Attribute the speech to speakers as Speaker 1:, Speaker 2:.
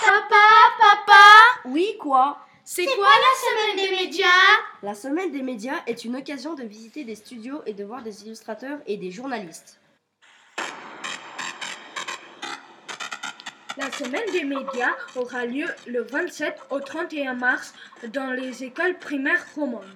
Speaker 1: Papa, papa,
Speaker 2: Oui, quoi
Speaker 1: c'est quoi la semaine des médias
Speaker 2: La semaine des médias est une occasion de visiter des studios et de voir des illustrateurs et des journalistes.
Speaker 3: La semaine des médias aura lieu le 27 au 31 mars dans les écoles primaires romanes.